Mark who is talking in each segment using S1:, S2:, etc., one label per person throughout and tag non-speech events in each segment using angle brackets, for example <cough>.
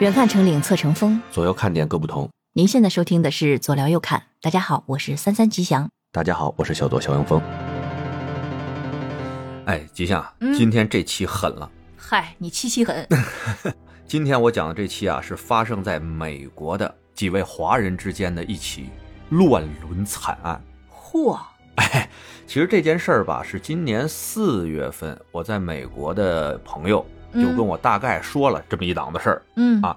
S1: 远看成岭侧成峰，
S2: 左右看点各不同。
S1: 您现在收听的是左聊右看。大家好，我是三三吉祥。
S2: 大家好，我是小左肖阳峰。哎，吉祥啊，
S1: 嗯
S2: 今天这期狠了。
S1: 嗨，你气息狠，
S2: 今天我讲的这期啊，是发生在美国的几位华人之间的一起乱伦惨案。
S1: <laughs> 嚯，
S2: 其实这件事儿吧，是今年四月份我在美国的朋友就
S1: 嗯
S2: 跟我大概说了这么一档子事儿。
S1: 嗯
S2: 啊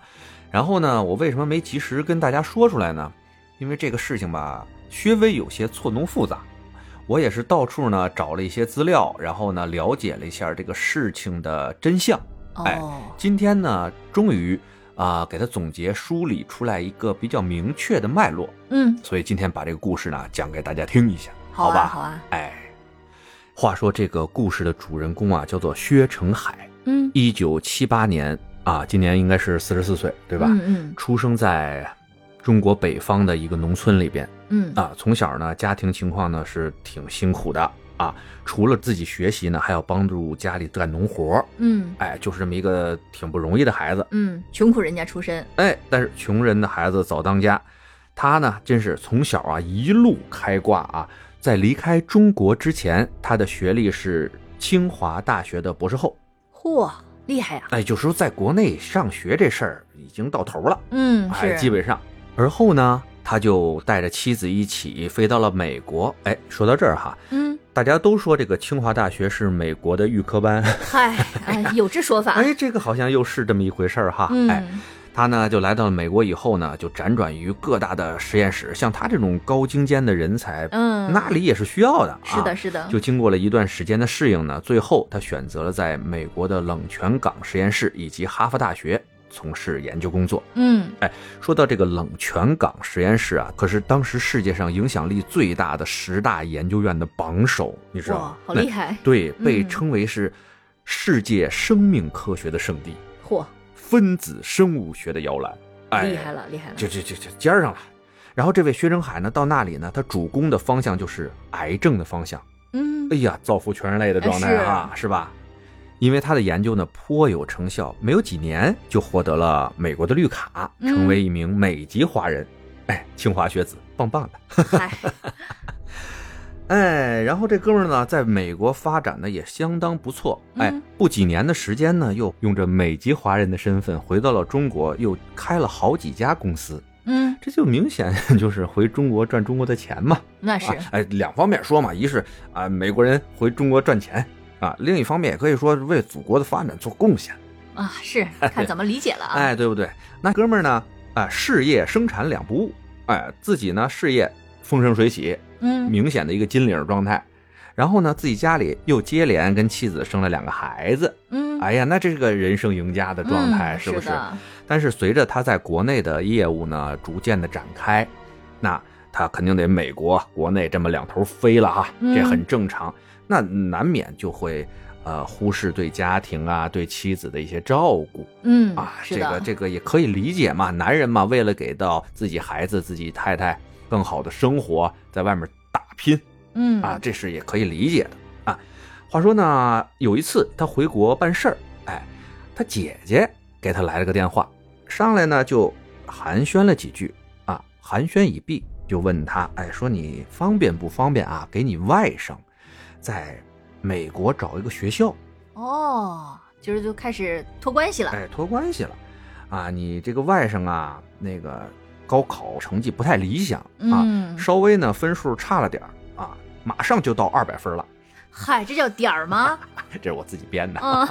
S2: 然后呢，我为什么没及时跟大家说出来呢？因为这个事情吧，稍微有些错综复杂。我也是到处呢找了一些资料，然后呢了解了一下这个事情的真相。哎
S1: 哦，
S2: 今天呢，终于啊、给它总结梳理出来一个比较明确的脉络，
S1: 嗯，
S2: 所以今天把这个故事呢讲给大家听一下，
S1: 好
S2: 吧？
S1: 啊，好啊，
S2: 哎，话说这个故事的主人公啊，叫做薛成海，
S1: 嗯，
S2: 一九七八年啊，今年应该是四十四岁，对
S1: 对
S2: 吧？
S1: 嗯
S2: 出生在中国北方的一个农村里边
S1: 嗯嗯
S2: 啊，从小呢家庭情况呢是挺辛苦的啊，除了自己学习呢，还要帮助家里干农活儿
S1: 嗯
S2: 哎，就是这么一个挺不容易的孩子，
S1: 嗯，穷苦人家出身，
S2: 哎，但是穷人的孩子早当家，他呢真是从小啊一路开挂啊，在离开中国之前，他的学历是清华大学的博士后，
S1: 嚯，厉害呀、
S2: 哎，就说在国内上学这事儿已经到头了。
S1: 嗯，
S2: 哎，
S1: 是，
S2: 基本上。而后呢，他就带着妻子一起飞到了美国。哎，说到这儿哈，
S1: 嗯，
S2: 大家都说这个清华大学是美国的预科班，
S1: 嗨，哎，有这说法，
S2: 哎，这个好像又是这么一回事儿哈。
S1: 嗯，
S2: 哎，他呢就来到了美国以后呢，就辗转于各大的实验室，像他这种高精尖的人才，
S1: 嗯，
S2: 那里也是需要的、啊。
S1: 是的，。是的，
S2: 就经过了一段时间的适应呢，最后他选择了在美国的冷泉港实验室以及哈佛大学从事研究工作。
S1: 嗯
S2: 说到这个冷泉港实验室啊，可是当时世界上影响力最大的十大研究院的榜首，你知道
S1: 哇
S2: 吗，？
S1: 好厉
S2: 害！
S1: 害，
S2: 对，被
S1: 嗯
S2: 称为是世界生命科学的圣地，
S1: 嚯，
S2: 分子生物学的摇篮。哎，
S1: 厉害了，厉害了，
S2: 就就就就尖儿上了。然后这位薛成海呢，到那里呢，他主攻的方向就是癌症的方向。
S1: 嗯
S2: 哎呀，造福全人类的状
S1: 哎
S2: 态啊，是吧？因为他的研究呢颇有成效，没有几年就获得了美国的绿卡，
S1: 嗯
S2: 成为一名美籍华人。哎，清华学子，棒棒的。
S1: 嗨，
S2: 哎，然后这哥们儿呢，在美国发展的也相当不错。哎
S1: 嗯，
S2: 不几年的时间呢，又用着美籍华人的身份回到了中国，又开了好几家公司。
S1: 嗯，
S2: 这就明显 <laughs> 就是回中国赚中国的钱嘛。 <laughs>
S1: 那是
S2: 啊，哎，两方面说嘛，一是啊，美国人回中国赚钱啊，另一方面也可以说为祖国的发展做贡献，
S1: 啊，是看怎么理解了啊，
S2: 哎，对不对？那哥们儿呢，啊，事业生产两不误，哎，自己呢事业风生水起，
S1: 嗯，
S2: 明显的一个金领状态。然后呢，自己家里又接连跟妻子生了两个孩子，
S1: 嗯，
S2: 哎呀，那这是个人生赢家的状态，
S1: 嗯
S2: 是不是？
S1: 的
S2: 但是随着他在国内的业务呢逐渐的展开，那他肯定得美国国内这么两头飞了哈，
S1: 嗯
S2: 这很正常。那难免就会呃忽视对家庭啊、对妻子的一些照顾
S1: 嗯
S2: 啊，
S1: 是
S2: 这个
S1: 的，
S2: 这个也可以理解嘛，男人嘛，为了给到自己孩子、自己太太更好的生活，在外面打拼，
S1: 嗯
S2: 啊，这是也可以理解的啊。话说呢，有一次他回国办事儿，哎，他姐姐给他来了个电话，上来呢就寒暄了几句啊，寒暄已毕，就问他，哎，说你方便不方便啊？给你外甥在美国找一个学校，
S1: 哦，就是就开始托关系了，
S2: 哎，托关系了啊。你这个外甥啊，那个高考成绩不太理想啊，
S1: 嗯，
S2: 稍微呢分数差了点儿啊，马上就到二百分了。 <laughs>
S1: 嗨，这叫点儿吗？
S2: 这是我自己编的，
S1: 啊，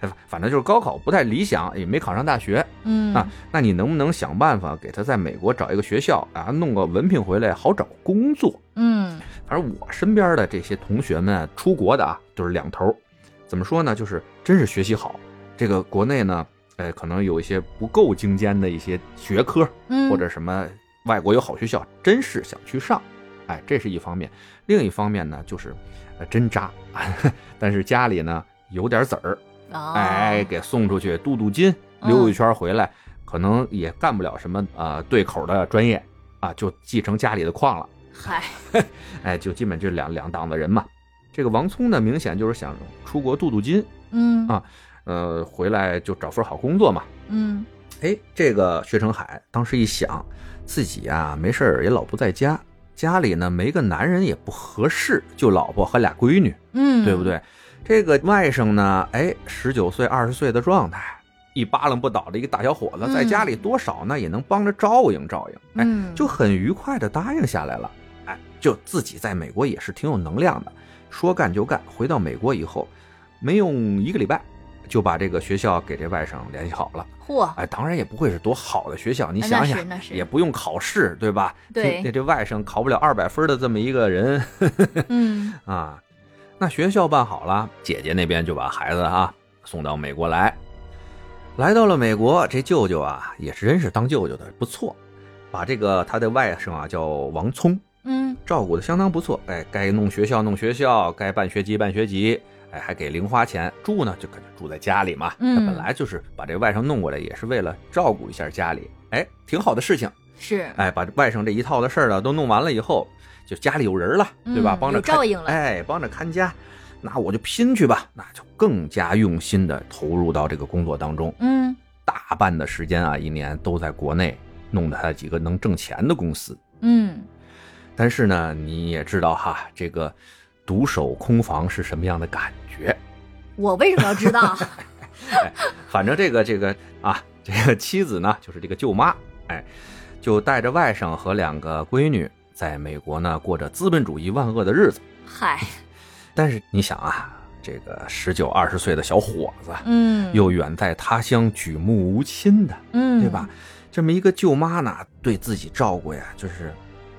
S2: 哎反正就是高考不太理想，也没考上大学
S1: 嗯
S2: 啊。那你能不能想办法给他在美国找一个学校啊，弄个文凭回来好找工作？
S1: 嗯
S2: 反正我身边的这些同学们啊出国的啊，就是两头儿，怎么说呢？就是真是学习好，这个国内呢，呃，可能有一些不够精尖的一些学科，
S1: 嗯，
S2: 或者什么外国有好学校，真是想去上，哎，这是一方面。另一方面呢，就是呃真渣， <laughs> 但是家里呢有点子儿，
S1: 哦
S2: 哎，，给送出去镀镀金，溜一圈回来，可能也干不了什么呃对口的专业啊，就继承家里的矿了，
S1: 嗨，
S2: 哎，就基本就两两档子人嘛。这个王聪呢，明显就是想出国镀镀金，
S1: 嗯
S2: 啊呃，回来就找份好工作嘛。
S1: 嗯
S2: 哎，这个薛成海当时一想，自己呀、没事儿也老不在家，家里呢没个男人也不合适，就老婆和俩闺女，
S1: 嗯，
S2: 对不？对？这个外甥呢，哎，十九岁、二十岁的状态，一巴楞不倒的一个大小伙子，
S1: 嗯
S2: 在家里多少呢也能帮着照应照应，哎，
S1: 嗯，
S2: 就很愉快的答应下来了。哎，就自己在美国也是挺有能量的，说干就干。回到美国以后，没用一个礼拜就把这个学校给这外甥联系好了。
S1: 嚯，
S2: 哎，当然也不会是多好的学校，你
S1: 啊那
S2: 想
S1: 是
S2: 想
S1: 那，是
S2: 也不用考试，对吧？
S1: 对
S2: 这这这外甥考不了二百分的这么一个人
S1: 嗯
S2: 啊，那学校办好了，姐姐那边就把孩子啊送到美国来。来到了美国，这舅舅啊也是真是当舅舅的不错，把这个他的外甥啊叫王聪，
S1: 嗯，
S2: 照顾的相当不错。哎，该弄学校弄学校，该办学籍办学籍，哎，还给零花钱。住呢，就肯定住在家里嘛。
S1: 嗯
S2: 他本来就是把这外甥弄过来，也是为了照顾一下家里。哎，挺好的事情。
S1: 是，
S2: 哎，把外甥这一套的事儿啊呢都弄完了以后，就家里有人了，对吧？
S1: 嗯
S2: 帮着
S1: 有
S2: 看
S1: 照应了
S2: 哎，帮着看家。那我就拼去吧，那就更加用心的投入到这个工作当中。
S1: 嗯
S2: 大半的时间啊，一年都在国内弄他几个能挣钱的公司。
S1: 嗯，
S2: 但是呢，你也知道哈，这个独守空房是什么样的感觉。
S1: 我为什么要知
S2: <laughs>
S1: 道？
S2: 反正这个这个啊， <laughs> 这个妻子呢，就是这个舅妈，哎，就带着外甥和两个闺女，在美国呢过着资本主义万恶的日子。
S1: 嗨，
S2: 但是你想啊，这个十九二十岁的小伙子，
S1: 嗯，
S2: 又远在他乡举目无亲的，
S1: 嗯，
S2: 对吧？？这么一个舅妈呢，对自己照顾呀，就是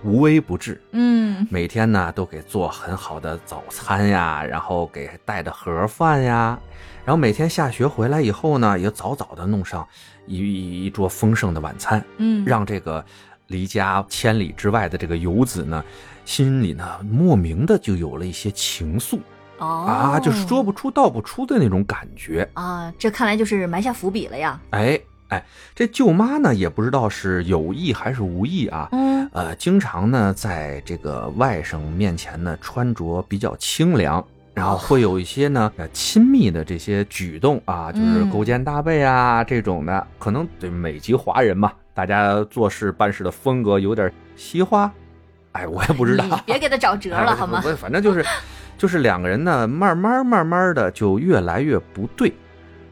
S2: 无微不至。
S1: 嗯
S2: 每天呢都给做很好的早餐呀，然后给带的盒饭呀，然后每天下学回来以后呢，也早早的弄上一一一桌丰盛的晚餐，
S1: 嗯，
S2: 让这个离家千里之外的这个游子呢，心里呢莫名的就有了一些情愫
S1: 哦
S2: 啊，就是说不出道不出的那种感觉。
S1: 啊，这看来就是埋下伏笔了呀。
S2: 哎哎，这舅妈呢也不知道是有意还是无意啊，
S1: 嗯
S2: 呃，经常呢在这个外甥面前呢穿着比较清凉，然
S1: 哦
S2: 后会有一些呢呃亲密的这些举动啊，就是
S1: 嗯
S2: 勾肩搭背啊、这种的，可能对美籍华人嘛，大家做事办事的风格有点西化，哎，我也不知道，
S1: 你别给他找辙了
S2: 哎
S1: 好吗？
S2: 我我反
S1: <laughs>
S2: 正就是，就是两个人呢，慢慢慢慢的就越来越不对。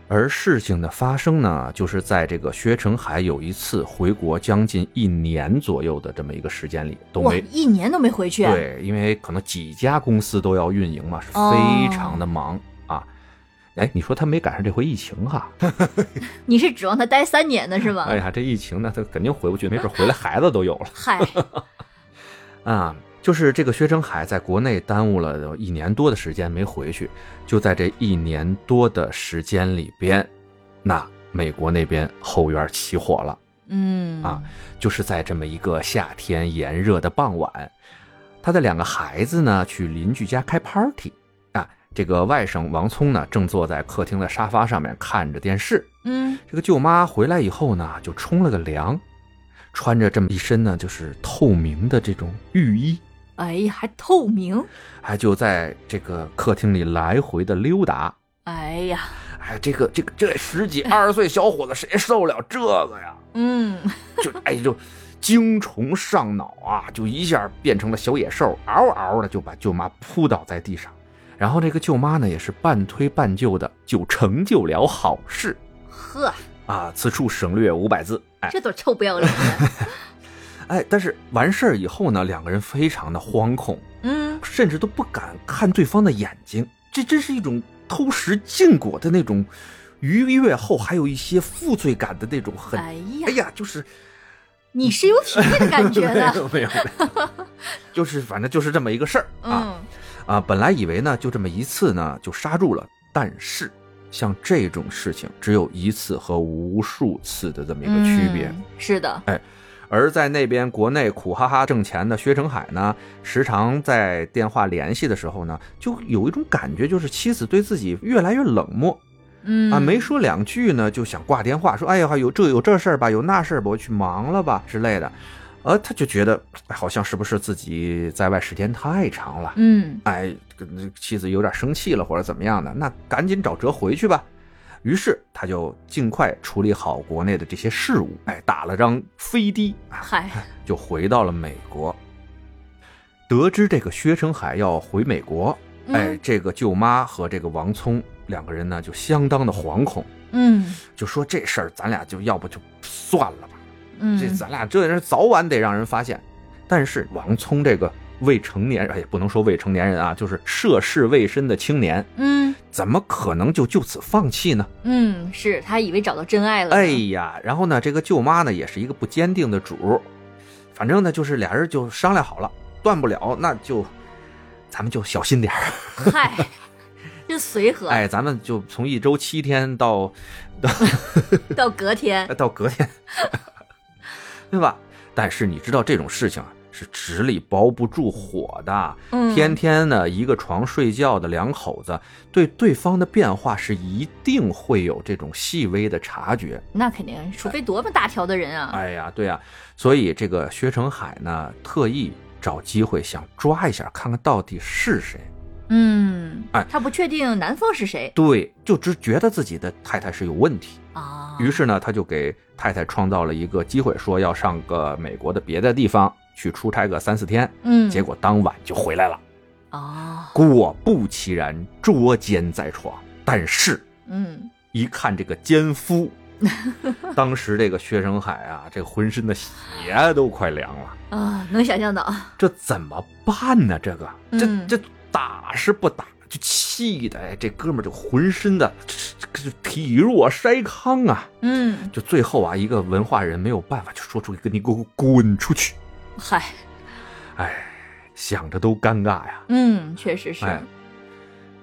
S2: 而事情的发生呢，就是在这个薛成海有一次回国将近一年左右的这么一个时间里都
S1: 哇，
S2: 没
S1: 一年都没回去。，啊
S2: 对，因为可能几家公司都要运营嘛，是
S1: 哦
S2: 非常的忙、啊。哎，你说他没赶上这回疫情哈、
S1: 啊你是指望他待三年呢是吗？
S2: 哎呀，这疫情呢，他肯定回不去，没准回来孩子都有了。
S1: <laughs> 嗨，
S2: 啊，就是这个薛成海在国内耽误了有一年多的时间没回去，就在这一年多的时间里边，那美国那边后院起火了，
S1: 嗯
S2: <laughs> 啊，就是在这么一个夏天炎热的傍晚，他的两个孩子呢去邻居家开 party 啊，这个外甥王聪呢正坐在客厅的沙发上面看着电视，
S1: 嗯
S2: 这个舅妈回来以后呢，就冲了个凉，穿着这么一身呢就是透明的这种浴衣。
S1: 哎呀，还透明，
S2: 还哎就在这个客厅里来回的溜达。
S1: 哎呀，
S2: 哎，这个这个这十几二十岁小伙子谁受得了这个呀？
S1: 嗯，
S2: 就哎就精虫上脑啊，就一下变成了小野兽，嗷嗷的就把舅妈扑倒在地上。然后这个舅妈呢，也是半推半就的，就成就了好事
S1: 呵，
S2: 啊。此处省略五百字。哎
S1: 这都臭不要脸
S2: <laughs>
S1: 的。
S2: 哎，但是完事儿以后呢，两个人非常的惶恐，
S1: 嗯，
S2: 甚至都不敢看对方的眼睛，这真是一种偷食禁果的那种愉悦后，还有一些负罪感的那种很，
S1: 哎
S2: 哎
S1: 呀，
S2: 呀，就是 <laughs>
S1: 你是有体会的感觉
S2: 没
S1: 的。
S2: 有没有，没有
S1: <laughs>
S2: 就是反正就是这么一个事儿 <laughs> 啊、
S1: 嗯，
S2: 啊！本来以为呢就这么一次呢就刹住了，但是像这种事情只有一次和无数次的这么一个区别。
S1: 嗯是的，
S2: 而在那边国内苦哈哈挣钱的薛成海呢，时常在电话联系的时候呢，就有一种感觉，就是妻子对自己越来越冷漠
S1: 嗯
S2: 啊，没说两句呢，就想挂电话，说哎呀，有这有这事儿吧，有那事儿吧，我去忙了吧之类的，呃，他就觉得哎好像是不是自己在外时间太长了，
S1: 嗯
S2: 哎，跟妻子有点生气了或者怎么样的，那赶紧找辙回去吧。于是他就尽快处理好国内的这些事务，哎，打了张飞的啊，
S3: 嗨，
S2: 就回到了美国。得知这个薛成海要回美国，哎
S3: 嗯，
S2: 这个舅妈和这个王聪两个人呢就相当的惶恐，
S3: 嗯
S2: 就说这事儿咱俩就要不就算了吧，
S3: 嗯，
S2: 这咱俩这人早晚得让人发现。但是王聪这个未成年人，哎，也不能说未成年人啊，就是涉世未深的青年，
S3: 嗯
S2: 怎么可能就就此放弃呢？
S3: 嗯，是他以为找到真爱了呢，
S2: 哎呀，然后呢，这个舅妈呢也是一个不坚定的主，反正呢就是俩人就商量好了，断不了那就咱们就小心点儿， <laughs>
S3: 嗨，真随和，
S2: 哎，咱们就从一周七天到呃
S3: 到隔天，
S2: 到隔天， <laughs> 对吧？但是你知道这种事情啊，是纸里包不住火的。
S3: 嗯，
S2: 天天呢一个床睡觉的两口子，对对方的变化是一定会有这种细微的察觉。
S3: 那肯定，除非多么大条的人啊，
S2: 哎呀，对呀、所以这个薛成海呢，特意找机会想抓一下，看看到底是谁。
S3: 嗯，
S2: 哎
S3: 他不确定男方是谁
S2: 对，就只觉得自己的太太是有问题，
S3: 啊，
S2: 于是呢，他就给太太创造了一个机会，说要上个美国的别的地方去出差个三四天。
S3: 嗯，
S2: 结果当晚就回来了，
S3: 啊，
S2: 果不其然，捉奸在床。但是
S3: 嗯，
S2: 一看这个奸夫，当时这个薛成海啊，这浑身的血都快凉了，
S3: 啊，能想象到，
S2: 这怎么办呢？这个，这
S3: 嗯
S2: 这打是不打？就气的，哎，这哥们儿就浑身的这这这体弱筛糠啊！
S3: 嗯，
S2: 就最后啊，一个文化人没有办法，就说出一个“你给我滚出去
S3: 嗨，”，
S2: 哎，想着都尴尬呀。
S3: 嗯，确实是，
S2: 哎，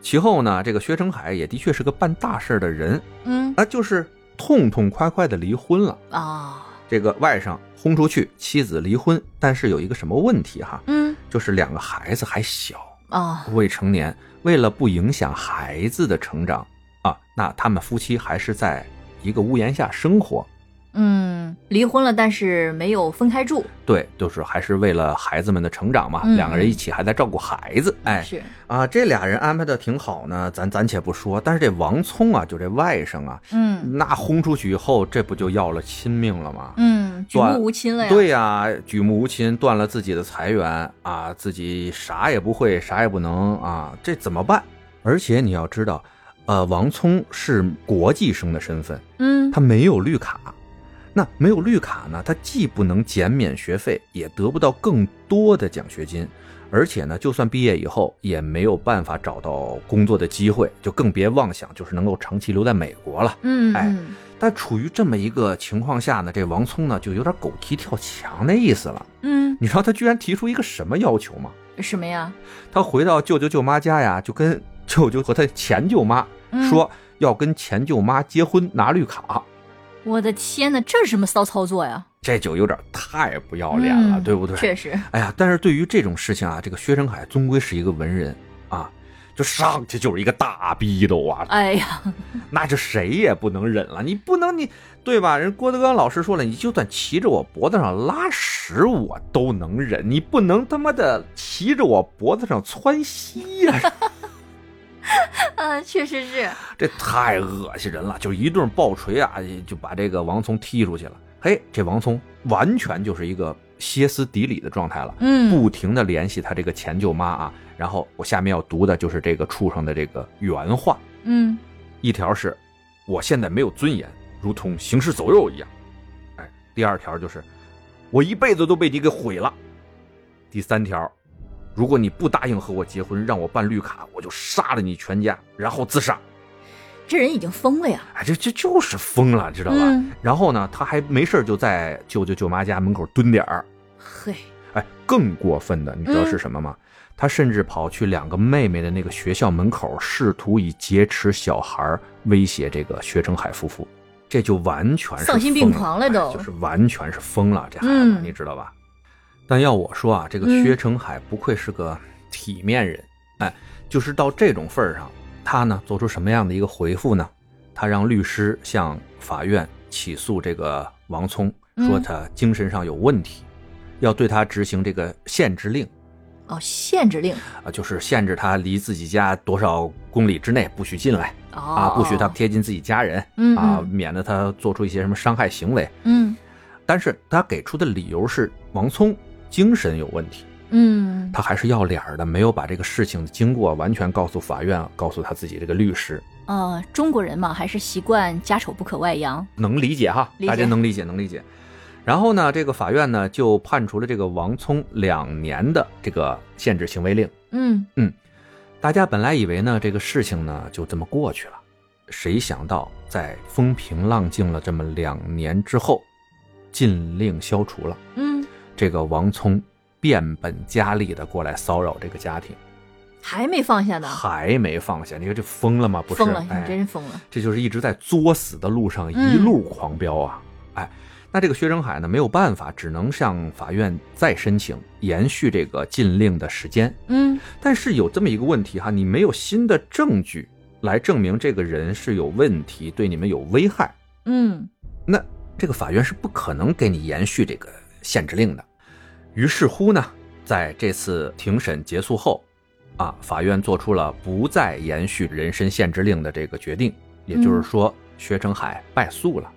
S2: 其后呢，这个薛成海也的确是个办大事儿的人，
S3: 嗯
S2: 那就是痛痛快快的离婚了。
S3: 啊，
S2: 这个外甥轰出去，妻子离婚，但是有一个什么问题哈，
S3: 嗯
S2: 就是两个孩子还小，
S3: 啊，
S2: 未成年，为了不影响孩子的成长啊，那他们夫妻还是在一个屋檐下生活。
S3: 嗯，离婚了，但是没有分开住，
S2: 对，就是还是为了孩子们的成长嘛，
S3: 嗯
S2: 两个人一起还在照顾孩子，哎，
S3: 是，
S2: 啊，这俩人安排的挺好呢，咱暂且不说。但是这王聪啊，就这外甥啊，
S3: 嗯
S2: 那轰出去以后，这不就要了亲命了吗？
S3: 嗯，举
S2: 断
S3: 目无亲了呀，
S2: 对呀、举目无亲，断了自己的财源啊，自己啥也不会，啥也不能啊，这怎么办？而且你要知道，呃，王聪是国际生的身份，
S3: 嗯，
S2: 他没有绿卡。那没有绿卡呢，他既不能减免学费，也得不到更多的奖学金，而且呢，就算毕业以后也没有办法找到工作的机会，就更别妄想就是能够长期留在美国了。
S3: 嗯
S2: 哎
S3: 嗯
S2: 但处于这么一个情况下呢，这王聪呢就有点狗踢跳墙那意思了。
S3: 嗯，
S2: 你知道他居然提出一个什么要求吗？
S3: 什么呀？
S2: 他回到舅舅舅妈家呀，就跟舅舅和他前舅妈
S3: 嗯
S2: 说要跟前舅妈结婚拿绿卡，
S3: 我的天哪，这是什么骚操作呀？
S2: 这就有点太不要脸了，
S3: 嗯
S2: 对不对？
S3: 确实，
S2: 哎呀，但是对于这种事情啊，这个薛成海终归是一个文人啊，就上去就是一个大逼斗啊，
S3: 哎呀， <laughs>
S2: 那这谁也不能忍了，你不能你对吧？人郭德纲老师说了，你就算骑着我脖子上拉屎，我都能忍，你不能他妈的骑着我脖子上窜稀呀、
S3: 啊，确实是，
S2: 这太恶心人了，就一顿暴锤啊，就把这个王聪踢出去了。嘿，这王聪完全就是一个歇斯底里的状态了。
S3: 嗯，
S2: 不停的联系他这个前舅妈啊，然后我下面要读的就是这个畜生的这个原话，
S3: 嗯，
S2: 一条是，我现在没有尊严，如同行尸走肉一样。哎，第二条就是，我一辈子都被你给毁了。第三条，如果你不答应和我结婚，让我办绿卡，我就杀了你全家，然后自杀。
S3: 这人已经疯了呀，
S2: 哎，这这就是疯了，知道吧？
S3: 嗯
S2: 然后呢，他还没事儿就在舅舅舅妈家门口蹲点儿。
S3: 嘿，
S2: 哎，更过分的，你知道
S3: 嗯
S2: 是什么吗？他甚至跑去两个妹妹的那个学校门口，试图以劫持小孩儿威胁这个薛成海夫妇，这就完全是
S3: 丧心病狂了
S2: 疯
S3: 都
S2: 哎就是完全是疯了，这孩子、
S3: 嗯
S2: 你知道吧？但要我说啊，这个
S3: 嗯
S2: 薛成海不愧是个体面人，哎，就是到这种份儿上，他呢做出什么样的一个回复呢？他让律师向法院起诉这个王聪，说
S3: 嗯
S2: 他精神上有问题，要对他执行这个限制令。
S3: 哦，限制令
S2: 啊，就是限制他离自己家多少公里之内不许进来
S3: 哦，
S2: 啊，不许他贴近自己家人
S3: 嗯
S2: 啊，
S3: 嗯
S2: 免得他做出一些什么伤害行为。
S3: 嗯
S2: 但是他给出的理由是王聪精神有问题，
S3: 嗯
S2: 他还是要脸儿的，没有把这个事情的经过完全告诉法院，告诉他自己这个律师，
S3: 呃，中国人嘛，还是习惯家丑不可外扬。
S2: 能理解哈，
S3: 理解
S2: 大家能理解能理解。然后呢，这个法院呢就判处了这个王聪两年的这个限制行为令。
S3: 嗯
S2: 大家本来以为呢，这个事情呢就这么过去了，谁想到在风平浪静了这么两年之后，禁令消除了，
S3: 嗯，
S2: 这个王聪变本加厉的过来骚扰这个家庭，
S3: 还没放下呢，
S2: 还没放下。你说这疯了吗？不是，
S3: 嗯疯了，你
S2: 哎、
S3: 真疯了。
S2: 这就是一直在作死的路上
S3: 嗯
S2: 一路狂飙啊！哎，那这个薛成海呢没有办法，只能向法院再申请延续这个禁令的时间。
S3: 嗯
S2: 但是有这么一个问题哈，你没有新的证据来证明这个人是有问题，对你们有危害，
S3: 嗯
S2: 那这个法院是不可能给你延续这个限制令的。于是乎呢，在这次庭审结束后，啊，法院做出了不再延续人身限制令的这个决定，也就是说，薛成海败诉了。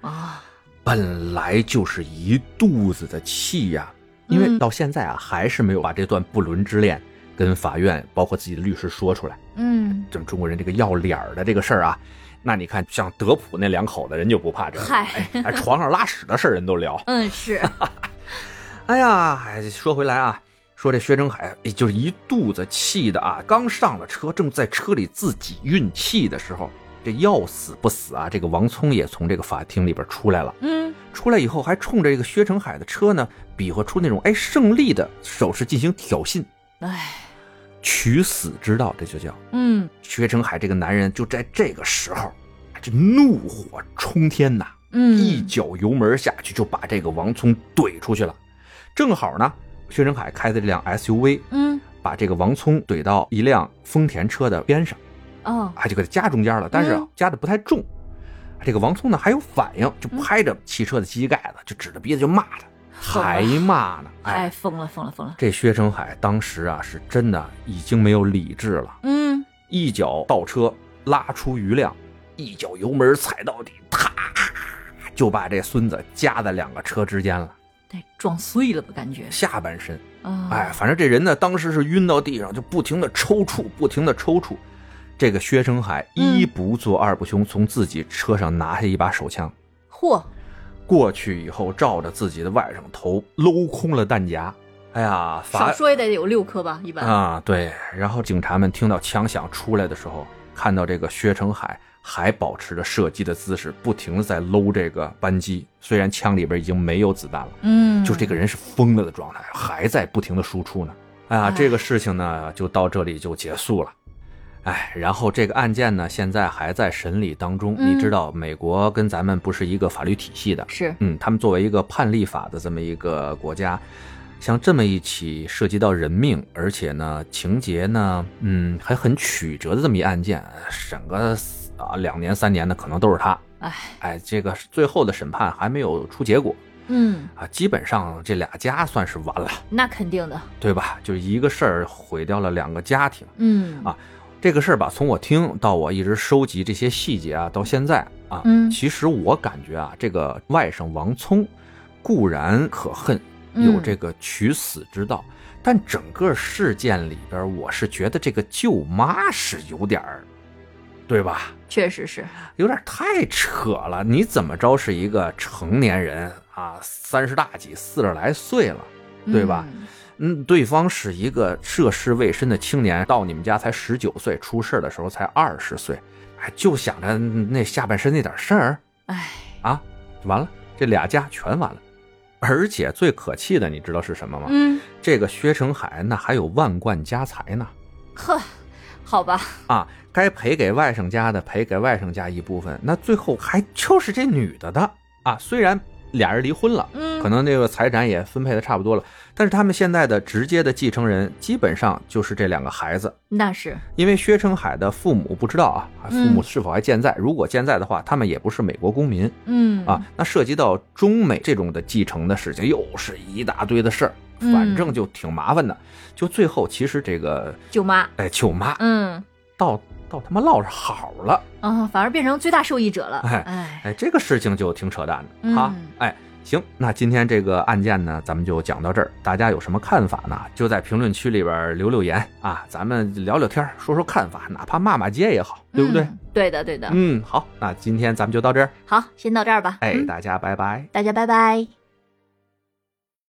S3: 啊，
S2: 本来就是一肚子的气呀、因为
S3: 嗯
S2: 到现在啊，还是没有把这段不伦之恋跟法院，包括自己的律师说出来。
S3: 嗯，
S2: 咱们中国人这个要脸儿的这个事儿啊，那你看像德普那两口子人就不怕这个，
S3: 嗨
S2: 哎，哎床上拉屎的事儿人都聊。
S3: 嗯是，
S2: <laughs> 哎呀，哎说回来啊，说这薛征海哎就是一肚子气的啊，刚上了车，正在车里自己运气的时候，这要死不死啊，这个王聪也从这个法庭里边出来了。
S3: 嗯
S2: 出来以后还冲着这个薛成海的车呢，比划出那种哎胜利的手势进行挑衅，
S3: 哎
S2: 取死之道，这就叫
S3: 嗯
S2: 薛成海这个男人就在这个时候，这怒火冲天呐，一
S3: 嗯
S2: 脚油门下去就把这个王聪怼出去了。正好呢，薛成海开的这辆 SUV
S3: 嗯
S2: 把这个王聪怼到一辆丰田车的边上，
S3: 哦
S2: 啊，就给他夹中间了，但是啊
S3: 嗯
S2: 夹的不太重。啊这个王聪呢还有反应，就拍着汽车的机盖子，就指着鼻子就骂他，还骂呢。
S3: 哎
S2: 哎，
S3: 疯了疯了疯了。
S2: 这薛成海当时啊是真的已经没有理智了，
S3: 嗯
S2: 一脚倒车拉出余量，一脚油门踩到底，啪就把这孙子夹在两个车之间了，
S3: 对，撞碎了吧感觉
S2: 下半身
S3: 啊，
S2: 哎，反正这人呢，当时是晕到地上，就不停的抽搐，不停的抽搐。这个薛成海一不做二不休，从自己车上拿下一把手枪，
S3: 嚯，
S2: 过去以后照着自己的外甥头搂空了弹夹。哎呀，
S3: 少
S2: 法
S3: 说也得有六颗吧，一般。
S2: 啊，对。然后警察们听到枪响出来的时候，看到这个薛成海还保持着射击的姿势，不停的在搂这个扳机，虽然枪里边已经没有子弹了。
S3: 嗯，
S2: 就这个人是疯了的状态，还在不停的输出呢。哎呀，
S3: 哎
S2: 这个事情呢就到这里就结束了。哎，然后这个案件呢现在还在审理当中。
S3: 嗯
S2: 你知道，美国跟咱们不是一个法律体系的，
S3: 是
S2: 嗯，他们作为一个判例法的这么一个国家，像这么一起涉及到人命，而且呢情节呢，嗯，还很曲折的这么一案件，审个啊两年三年的可能都是他。
S3: 哎
S2: 哎，这个最后的审判还没有出结果，
S3: 嗯，
S2: 啊，基本上这俩家算是完了，
S3: 那肯定的。
S2: 对吧？就一个事儿毁掉了两个家庭。
S3: 嗯
S2: 啊这个事儿吧，从我听到我一直收集这些细节啊，到现在啊，
S3: 嗯
S2: 其实我感觉啊，这个外甥王聪固然可恨，
S3: 嗯
S2: 有这个取死之道，但整个事件里边，我是觉得这个舅妈是有点儿，对吧？
S3: 确实是。
S2: 有点太扯了。你怎么着是一个成年人啊，三十大几、四十来岁了，对吧？
S3: 嗯？
S2: 嗯，对方是一个涉世未深的青年，到你们家才十九岁，出事的时候才二十岁，哎，就想着那下半身那点事儿
S3: 哎，
S2: 啊，完了，这俩家全完了。而且最可气的，你知道是什么吗？
S3: 嗯，
S2: 这个薛成海那还有万贯家财呢。
S3: 呵，好吧，
S2: 啊，该赔给外甥家的赔给外甥家一部分，那最后还就是这女的的啊。虽然俩人离婚了，
S3: 嗯，
S2: 可能这个财产也分配的差不多了，但是他们现在的直接的继承人基本上就是这两个孩子，
S3: 那是，
S2: 因为薛成海的父母不知道啊，啊父母是否还健在？如果健在的话，他们也不是美国公民
S3: 嗯
S2: 啊啊。那涉及到中美这种的继承的事情，又是一大堆的事儿。
S3: 嗯
S2: 反正就挺麻烦的。就最后其实这个
S3: 舅妈，
S2: 哎舅妈
S3: 嗯
S2: 到到他妈落着好了，
S3: 啊，反而变成最大受益者了，
S2: 哎
S3: 哎，
S2: 哎，这个事情就挺扯淡的啊
S3: 嗯。
S2: 哎，行，那今天这个案件呢，咱们就讲到这儿。大家有什么看法呢？就在评论区里边留留言啊，咱们聊聊天儿，说说看法，哪怕骂骂街也好，对不对？
S3: 嗯对的，对的。
S2: 嗯，好，那今天咱们就到这儿。
S3: 好，先到这儿吧。
S2: 哎，
S3: 嗯
S2: 大家拜拜。
S3: 大家拜拜。